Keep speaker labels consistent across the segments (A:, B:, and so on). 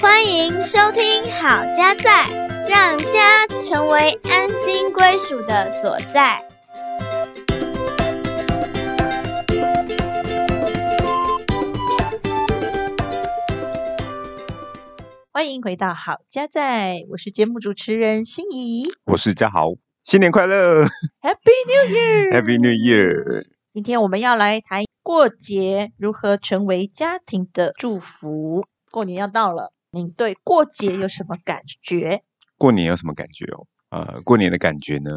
A: 欢迎收听好家在，让家成为安心归属的所在。
B: 欢迎回到好家在，我是节目主持人心怡
C: 我是嘉豪，新年快乐
B: ，Happy New Year，
C: ，Happy New Year！
B: 今天我们要来谈过节如何成为家庭的祝福。过年要到了，你对过节有什么感觉？
C: 过年有什么感觉哦？呃，过年的感觉呢，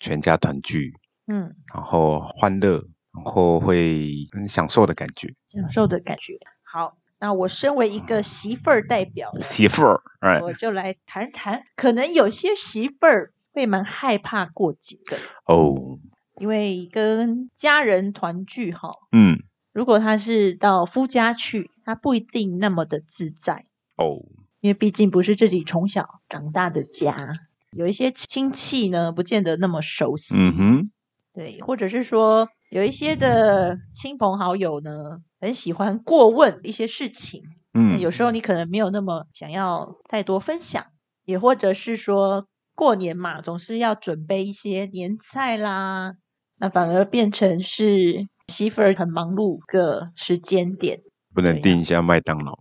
C: 全家团聚，
B: 嗯，
C: 然后欢乐，然后会很享受的感觉。
B: 享受的感觉。好，那我身为一个媳妇儿代表，
C: 媳妇儿，哎，
B: 我就来谈谈，可能有些媳妇儿会蛮害怕过节的，
C: 哦，
B: 因为跟家人团聚哈，
C: 嗯，
B: 如果他是到夫家去，他不一定那么的自在。
C: 哦，
B: 因为毕竟不是自己从小长大的家，有一些亲戚呢，不见得那么熟悉，
C: 嗯哼，
B: 对，或者是说有一些的亲朋好友呢，很喜欢过问一些事情，那
C: 嗯，
B: 有时候你可能没有那么想要太多分享，也或者是说过年嘛，总是要准备一些年菜啦，那反而变成是媳妇儿很忙碌个时间点。
C: 不
B: 对
C: 能
B: 呀
C: 订一下麦当劳？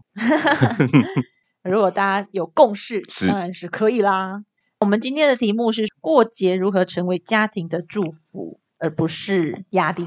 B: 如果大家有共识，
C: 是
B: 当然是可以啦。我们今天的题目是过节如何成为家庭的祝福，而不是压力。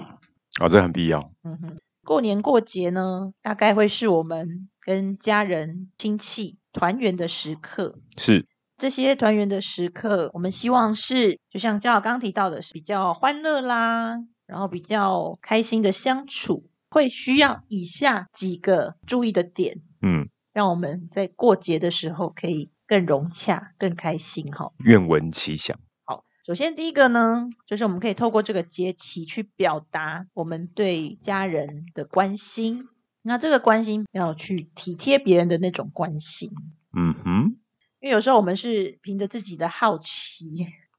C: 哦，这很必要。
B: 嗯哼，过年过节呢，大概会是我们跟家人、亲戚团圆的时刻。
C: 是，
B: 这些团圆的时刻，我们希望是就像嘉豪刚提到的，是比较欢乐啦，然后比较开心的相处，会需要以下几个注意的点。
C: 嗯，
B: 让我们在过节的时候可以更融洽、更开心哈、
C: 愿闻其详。
B: 好，首先第一个呢，就是我们可以透过这个节气去表达我们对家人的关心。那这个关心要去体贴别人的那种关心，
C: 嗯哼，
B: 因为有时候我们是凭着自己的好奇，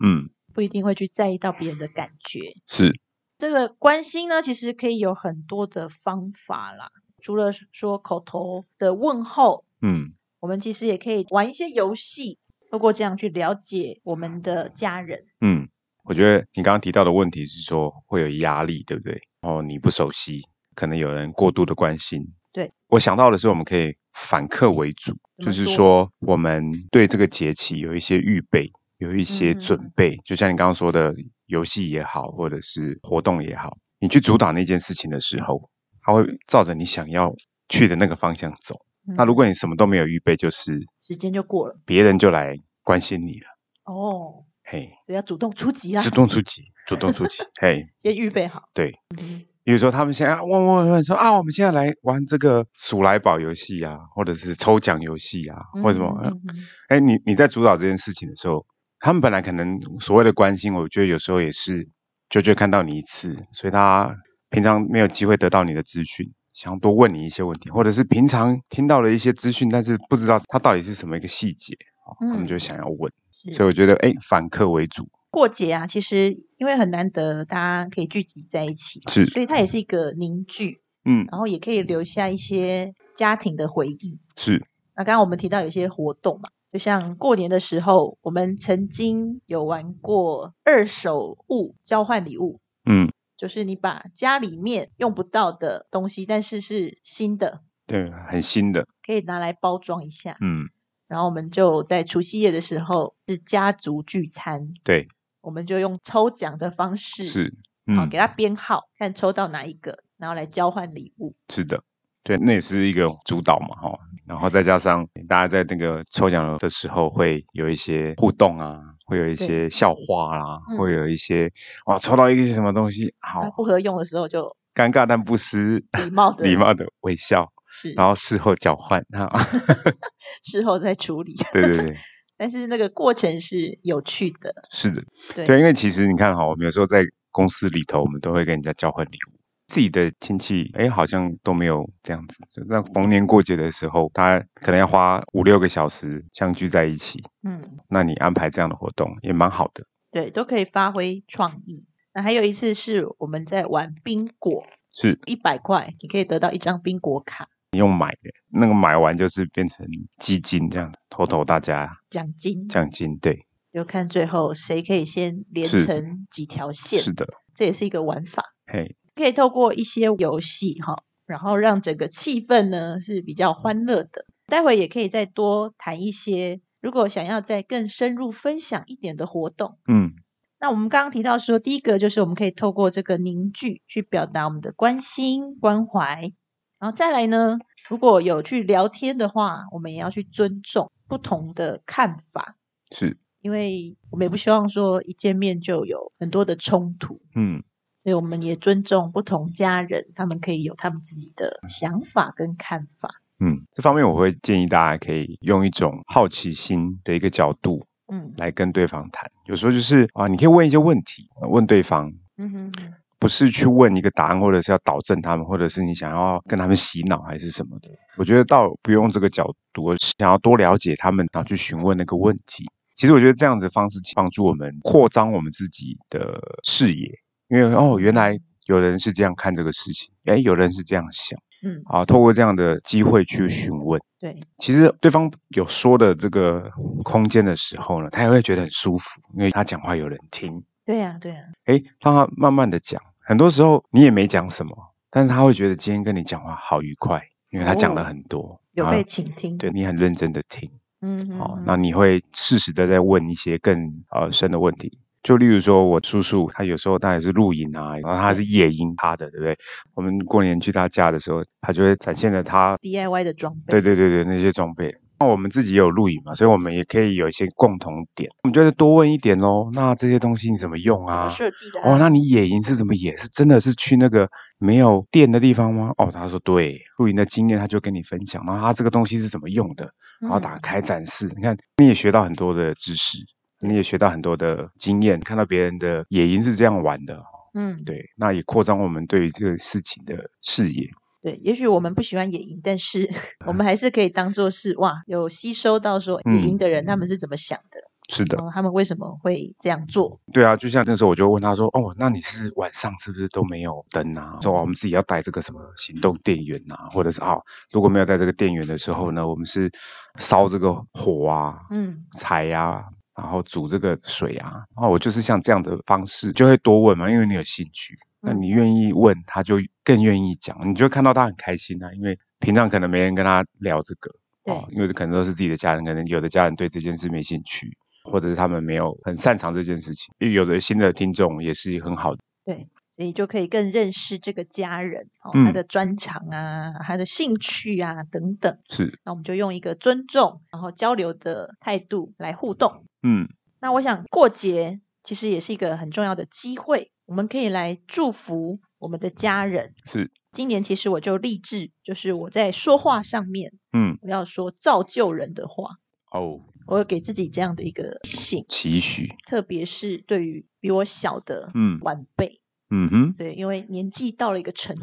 C: 嗯，
B: 不一定会去在意到别人的感觉。
C: 是，
B: 这个关心呢，其实可以有很多的方法啦，除了说口头的问候，
C: 嗯，
B: 我们其实也可以玩一些游戏，透过这样去了解我们的家人。
C: 嗯，我觉得你刚刚提到的问题是说会有压力，对不对？哦，你不熟悉，可能有人过度的关心。
B: 对，
C: 我想到的是我们可以反客为主，
B: 怎么
C: 就是
B: 说
C: 说我们对这个节气有一些预备，有一些
B: 嗯
C: 准备，就像你刚刚说的，游戏也好，或者是活动也好，你去主导那件事情的时候，它会照着你想要去的那个方向走。那如
B: 嗯
C: 果你什么都没有预备，就是
B: 时间就过了
C: 别人就来关心你了，
B: 哦，
C: 嘿，
B: 所以要主动出击啦
C: 主，动出击，主 动出击，嘿。
B: 先预备好。
C: 对
B: 嗯，
C: 比如说他们现在问问问说啊，我们现在来玩这个数来宝游戏啊，或者是抽奖游戏啊，或者什么
B: 嗯？嗯嗯嗯
C: 哎、你你在主导这件事情的时候，他们本来可能所谓的关心，我觉得有时候也是就就看到你一次，所以他平常没有机会得到你的资讯，想要多问你一些问题，或者是平常听到了一些资讯，但是不知道它到底是什么一个细节，哦他
B: 嗯
C: 们就想要问。
B: 是
C: 所以我觉得，哎、反客为主
B: 过节啊，其实因为很难得大家可以聚集在一起，
C: 是，
B: 所以它也是一个凝聚，
C: 嗯，
B: 然后也可以留下一些家庭的回忆。
C: 是，
B: 那刚刚我们提到有一些活动嘛，就像过年的时候，我们曾经有玩过二手物交换礼物，
C: 嗯，
B: 就是你把家里面用不到的东西，但是是新的，
C: 对，很新的，
B: 可以拿来包装一下。
C: 嗯，
B: 然后我们就在除夕夜的时候是家族聚餐，
C: 对，
B: 我们就用抽奖的方式，
C: 是，
B: 好
C: 嗯
B: 给。他编号，看抽到哪一个，然后来交换礼物。
C: 是的，对，那也是一个主导嘛，哈。然后再加上大家在那个抽奖的时候会有一些互动啊，会有一
B: 对
C: 些笑话啦，
B: 嗯
C: 会有一些哦，抽到一个什么东西，
B: 那
C: 好
B: 不合用的时候 就
C: 尴尬但不失
B: 礼貌的
C: 礼貌的微笑，
B: 是，
C: 然后事后交换啊，
B: 事后再处理。
C: 对对对，
B: 但是那个过程是有趣的，
C: 是的，
B: 对
C: 因为其实你看哈，我们有时候在公司里头，我们都会跟人家交换礼物。自己的亲戚，哎，好像都没有这样子。就那逢年过节的时候，大家可能要花五六个小时相聚在一起，
B: 嗯，
C: 那你安排这样的活动也蛮好的。
B: 对，都可以发挥创意。那还有一次是我们在玩冰果，
C: 是
B: 一百块你可以得到一张冰果卡
C: 那个买完就是变成基金这样，投投大家
B: 奖金，
C: 奖金，对，
B: 就看最后谁可以先连
C: 是
B: 成几条线，
C: 是的，
B: 这也是一个玩法。
C: 嘿，
B: 可以透过一些游戏哈，然后让整个气氛呢是比较欢乐的。待会也可以再多谈一些，如果想要再更深入分享一点的活动，
C: 嗯，
B: 那我们刚刚提到说，第一个就是我们可以透过这个凝聚去表达我们的关心关怀，然后再来呢，如果有去聊天的话，我们也要去尊重不同的看法，
C: 是，
B: 因为我们也不希望说一见面就有很多的冲突。
C: 嗯，
B: 所以我们也尊重不同家人，他们可以有他们自己的想法跟看法。
C: 嗯，这方面我会建议大家可以用一种好奇心的一个角度
B: 嗯
C: 来跟对方谈。有时候就是啊，你可以问一些问题，呃问对方，
B: 嗯哼哼，
C: 不是去问一个答案，或者是要导正他们，或者是你想要跟他们洗脑还是什么的。我觉得倒不用这个角度，我是想要多了解他们，然后去询问那个问题。其实我觉得这样子的方式帮助我们扩张我们自己的视野，因为哦，原来有人是这样看这个事情，诶，有人是这样想
B: 嗯，
C: 啊。透过这样的机会去询问，
B: 对，
C: 其实对方有说的这个空间的时候呢，他也会觉得很舒服，因为他讲话有人听。
B: 对呀、对啊呀、
C: 诶，让他慢慢的讲。很多时候你也没讲什么，但是他会觉得今天跟你讲话好愉快，因为他讲了
B: 哦
C: 很多，
B: 有
C: 然后
B: 被倾听。，
C: 啊对你很认真的听。
B: 嗯哼
C: 哦
B: 哼，
C: 那你会适时的在问一些更呃深的问题。就例如说，我叔叔他有时候他也是露营啊，然后他是夜鹰趴的，对不对？我们过年去他家的时候，他就会展现了他
B: DIY 的装备。
C: 对对对对，那些装备。那我们自己也有录影嘛，所以我们也可以有一些共同点。我们觉得多问一点喽。那这些东西你怎么用
B: 怎
C: 啊
B: 么？设计的、啊？
C: 哦，那你野营是怎么野？是真的是去那个没有电的地方吗？哦，他说对，露营的经验他就跟你分享，然后他这个东西是怎么用的，然后打
B: 嗯
C: 开展示，你看你也学到很多的知识，你也学到很多的经验，看到别人的野营是这样玩的，哦
B: 嗯，对
C: 对，那也扩张我们对于这个事情的视野，
B: 也许我们不喜欢野营，但 是我们还是可以当做是哇，有吸收到说
C: 嗯
B: 野营的人、他们是怎么想的，
C: 是的
B: 然，后他们为什么会这样做？
C: 对啊，就像那时候我就问他说：“哦，那你是晚上是不是都没有灯啊？”说、哦、我们自己要带这个什么行动电源啊，或者是哦，如果没有带这个电源的时候呢，我们是烧这个火啊、
B: 嗯，
C: 柴啊，然后煮这个水啊。哦，我就是像这样的方式，就会多问嘛，因为你有兴趣，那
B: 嗯
C: 你愿意问，他就更愿意讲，你就会看到他很开心啊，因为平常可能没人跟他聊这个，
B: 对
C: 哦，因为可能都是自己的家人，可能有的家人对这件事没兴趣，或者是他们没有很擅长这件事情。因为有的新的听众也是很好的，
B: 所以就可以更认识这个家人哦，
C: 嗯
B: 他的专长啊，他的兴趣啊等等。
C: 是，
B: 那我们就用一个尊重，然后交流的态度来互动。
C: 嗯，
B: 那我想过节其实也是一个很重要的机会，我们可以来祝福我们的家人。
C: 是，
B: 今年其实我就立志，就是我在说话上面，
C: 嗯，
B: 我要说造就人的话，
C: 哦，
B: 我会给自己这样的一个信，
C: 期许，
B: 特别是对于比我小的
C: 嗯
B: 晚辈，
C: 嗯哼
B: 对，因为年纪到了一个程 度，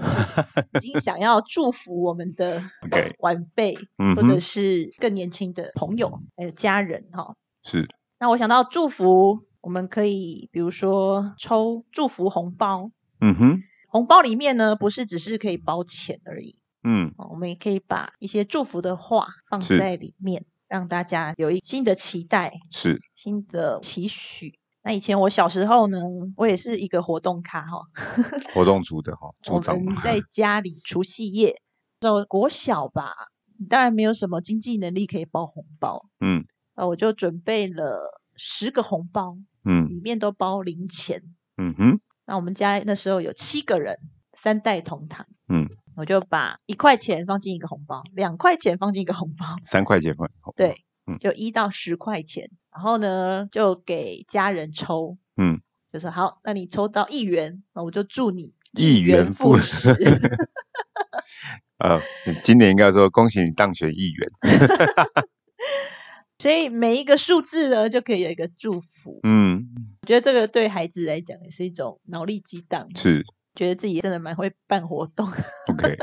B: 已经想要祝福我们的
C: ，OK，
B: 晚辈，
C: 嗯
B: 或者
C: 哼，
B: 是更年轻的朋友还有家人哈、
C: 是，
B: 那我想到祝福，我们可以比如说抽祝福红包，
C: 嗯哼，
B: 红包里面呢不是只是可以包钱而已，
C: 嗯，
B: 哦我们也可以把一些祝福的话放
C: 是
B: 在里面，让大家有一新的期待、
C: 是，
B: 新的期许。那以前我小时候呢，我也是一个活动咖哈、
C: 活动组的哈、哦，
B: 我
C: 组长，
B: 们在家里除夕夜，就国小吧，当然没有什么经济能力可以包红包，
C: 嗯
B: 呃，我就准备了十个红包，
C: 嗯
B: 里面都包零钱。
C: 嗯哼，
B: 那我们家那时候有七个人，三代同堂，
C: 嗯，
B: 我就把一块钱放进一个红包，两块钱放进一个红包，
C: 三块钱份，哦
B: 对，
C: 嗯
B: 就一到十块钱，然后呢就给家人抽，
C: 嗯，
B: 就说好，那你抽到一元，那我就祝你
C: 一元复
B: 始。
C: 始。呃，你今年应该说恭喜你当选议员。
B: 所以每一个数字呢，就可以有一个祝福。
C: 嗯，
B: 我觉得这个对孩子来讲也是一种脑力激荡，
C: 是
B: 觉得自己真的蛮会办活动，
C: OK。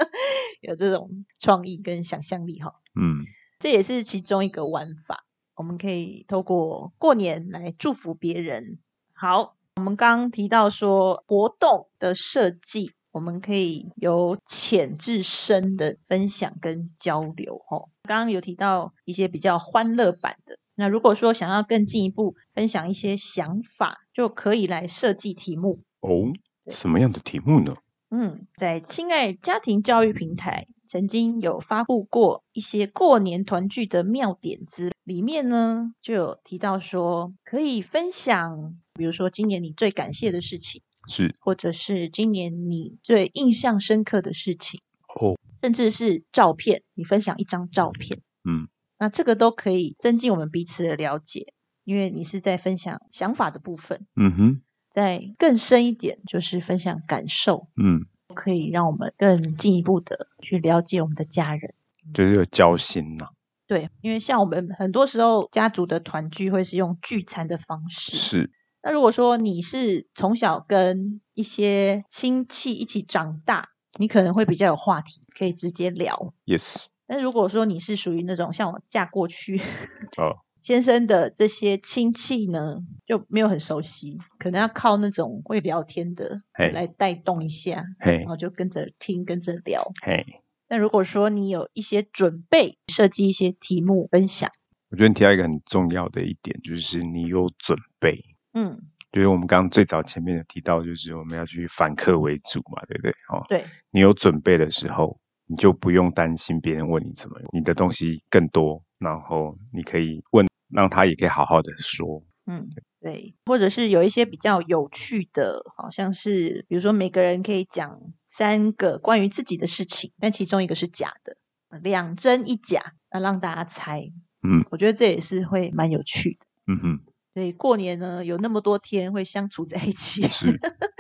B: 有这种创意跟想象力哈。
C: 嗯，
B: 这也是其中一个玩法，我们可以透过过年来祝福别人。好，我们刚刚提到说活动的设计，我们可以由浅至深的分享跟交流哦。刚刚有提到一些比较欢乐版的，那如果说想要更进一步分享一些想法，就可以来设计题目。
C: 哦，什么样的题目呢？
B: 嗯，在亲爱家庭教育平台曾经有发布过一些过年团聚的妙点子，里面呢就有提到说可以分享，比如说今年你最感谢的事情，
C: 是
B: 或者是今年你最印象深刻的事情，
C: 哦，
B: 甚至是照片，你分享一张照片，
C: 嗯，
B: 那这个都可以增进我们彼此的了解，因为你是在分享想法的部分，
C: 嗯哼，
B: 再更深一点就是分享感受。
C: 嗯，
B: 可以让我们更进一步的去了解我们的家人。
C: 就是有交心呐、
B: 对，因为像我们很多时候家族的团聚会是用聚餐的方式。
C: 是
B: 那如果说你是从小跟一些亲戚一起长大，你可能会比较有话题可以直接聊。
C: ，yes，
B: 但如果说你是属于那种像我嫁过去
C: 哦，
B: 先生的这些亲戚呢，就没有很熟悉，可能要靠那种会聊天的
C: 嘿
B: 来带动一下，
C: 嘿
B: 然，后就跟着听，跟着聊。
C: 嘿，
B: 那如果说你有一些准备，设计一些题目分享，
C: 我觉得你提到一个很重要的一点，就是你有准备。
B: 嗯，
C: 就是我们刚刚最早前面有提到，就是我们要去反客为主嘛，对不对？哦，
B: 对，
C: 你有准备的时候，你就不用担心别人问你什么，你的东西更多，然后你可以问，让他也可以好好的说。
B: 嗯，对，或者是有一些比较有趣的，好像是比如说每个人可以讲三个关于自己的事情，但其中一个是假的，两真一假，那让大家猜，
C: 嗯，
B: 我觉得这也是会蛮有趣的。
C: 嗯哼，
B: 所以过年呢，有那么多天会相处在一起，
C: 是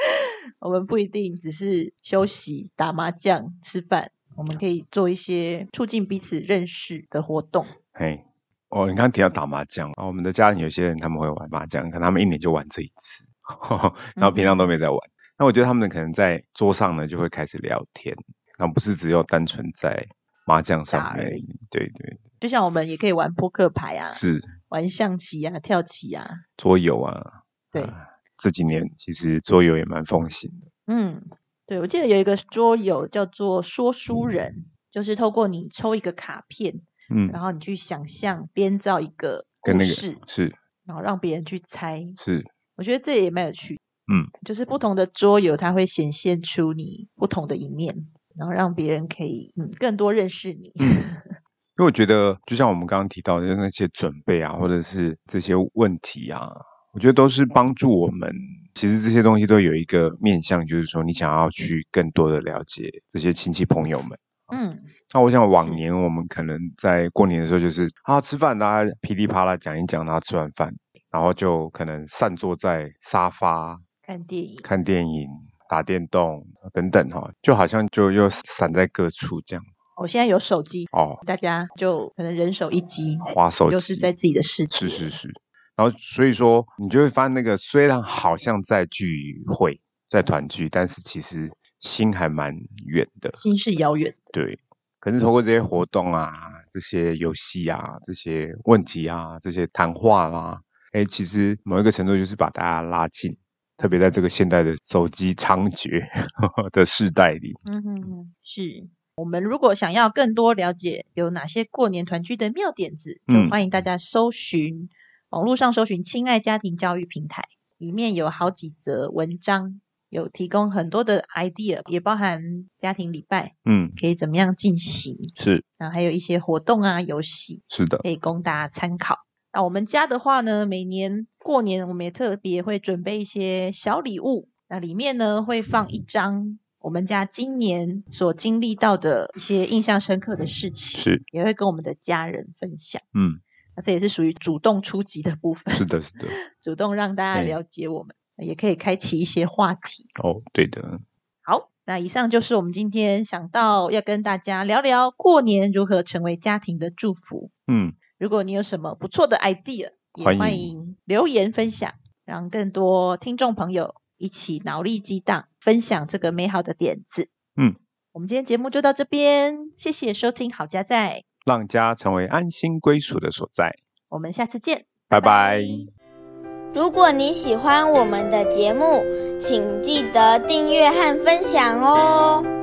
B: 我们不一定只是休息、打麻将、吃饭，我们可以做一些促进彼此认识的活动。
C: 嘿，哦，你刚刚提到打麻将啊、我们的家人有些人他们会玩麻将，可能他们一年就玩这一次，然后平
B: 嗯
C: 常都没在玩。那我觉得他们可能在桌上呢就会开始聊天，然后不是只有单纯在麻将
B: 打
C: 上
B: 而
C: 面
B: 已。
C: 对对，
B: 就像我们也可以玩扑克牌啊，
C: 是
B: 玩象棋啊、跳棋啊，
C: 桌游啊。
B: 对，
C: 啊这几年其实桌游也蛮风行的。
B: 嗯，对，我记得有一个桌游叫做说书人，就是透过你抽一个卡片，
C: 嗯，
B: 然后你去想象编造一个
C: 跟
B: 故
C: 那个
B: 事，
C: 是
B: 然后让别人去猜。
C: 是，
B: 我觉得这也蛮有趣，
C: 嗯，
B: 就是不同的桌游，它会显现出你不同的一面，然后让别人可以嗯更多认识你。
C: 嗯因为我觉得，就像我们刚刚提到的那些准备啊，或者是这些问题啊，我觉得都是帮助我们。其实这些东西都有一个面向，就是说你想要去更多的了解这些亲戚朋友们。
B: 嗯，
C: 那我想往
B: 是
C: 年我们可能在过年的时候，就是啊吃饭，大家噼里啪啦讲一讲，然后吃完饭，然后就可能散坐在沙发
B: 看电影，
C: 看电影、打电动等等哈、就好像就又散在各处这样
B: 我、现在有手机，
C: 哦，
B: 大家就可能人手一机，
C: 划手机
B: 又是在自己的世界。
C: 是是是，然后所以说你就会发现，那个虽然好像在聚会、在团聚，但是其实心还蛮远的。
B: 心是遥远的。
C: 对，可是通过这些活动啊、这些游戏啊、这些问题啊、这些谈话啦、哎，其实某一个程度就是把大家拉近，特别在这个现代的手机猖獗 的时代里，
B: 嗯哼哼，是。我们如果想要更多了解有哪些过年团聚的妙点子，就
C: 嗯
B: 欢迎大家搜寻、网络上搜寻“亲爱家庭教育平台”，里面有好几则文章，有提供很多的 idea，也包含家庭礼拜
C: 嗯，
B: 可以怎么样进行，
C: 是
B: 然后还有一些活动啊、游戏
C: 是的，
B: 可以供大家参考。那我们家的话呢，每年过年我们也特别会准备一些小礼物，那里面呢会放一张我们家今年所经历到的一些印象深刻的事情，
C: 是，
B: 也会跟我们的家人分享。
C: 嗯，
B: 那这也是属于主动出击的部分，
C: 是的，是的，
B: 主动让大家
C: 对
B: 了解我们，也可以开启一些话题。
C: 哦，对的，
B: 好，那以上就是我们今天想到要跟大家聊聊过年如何成为家庭的祝福。
C: 嗯，
B: 如果你有什么不错的 idea，也
C: 欢迎
B: 欢迎留言分享，让更多听众朋友一起脑力激荡，分享这个美好的点子。
C: 嗯，
B: 我们今天节目就到这边，谢谢收听好家在，
C: 让家成为安心归属的所在。
B: 我们下次见，
C: 拜拜。
A: 如果你喜欢我们的节目，请记得订阅和分享哦。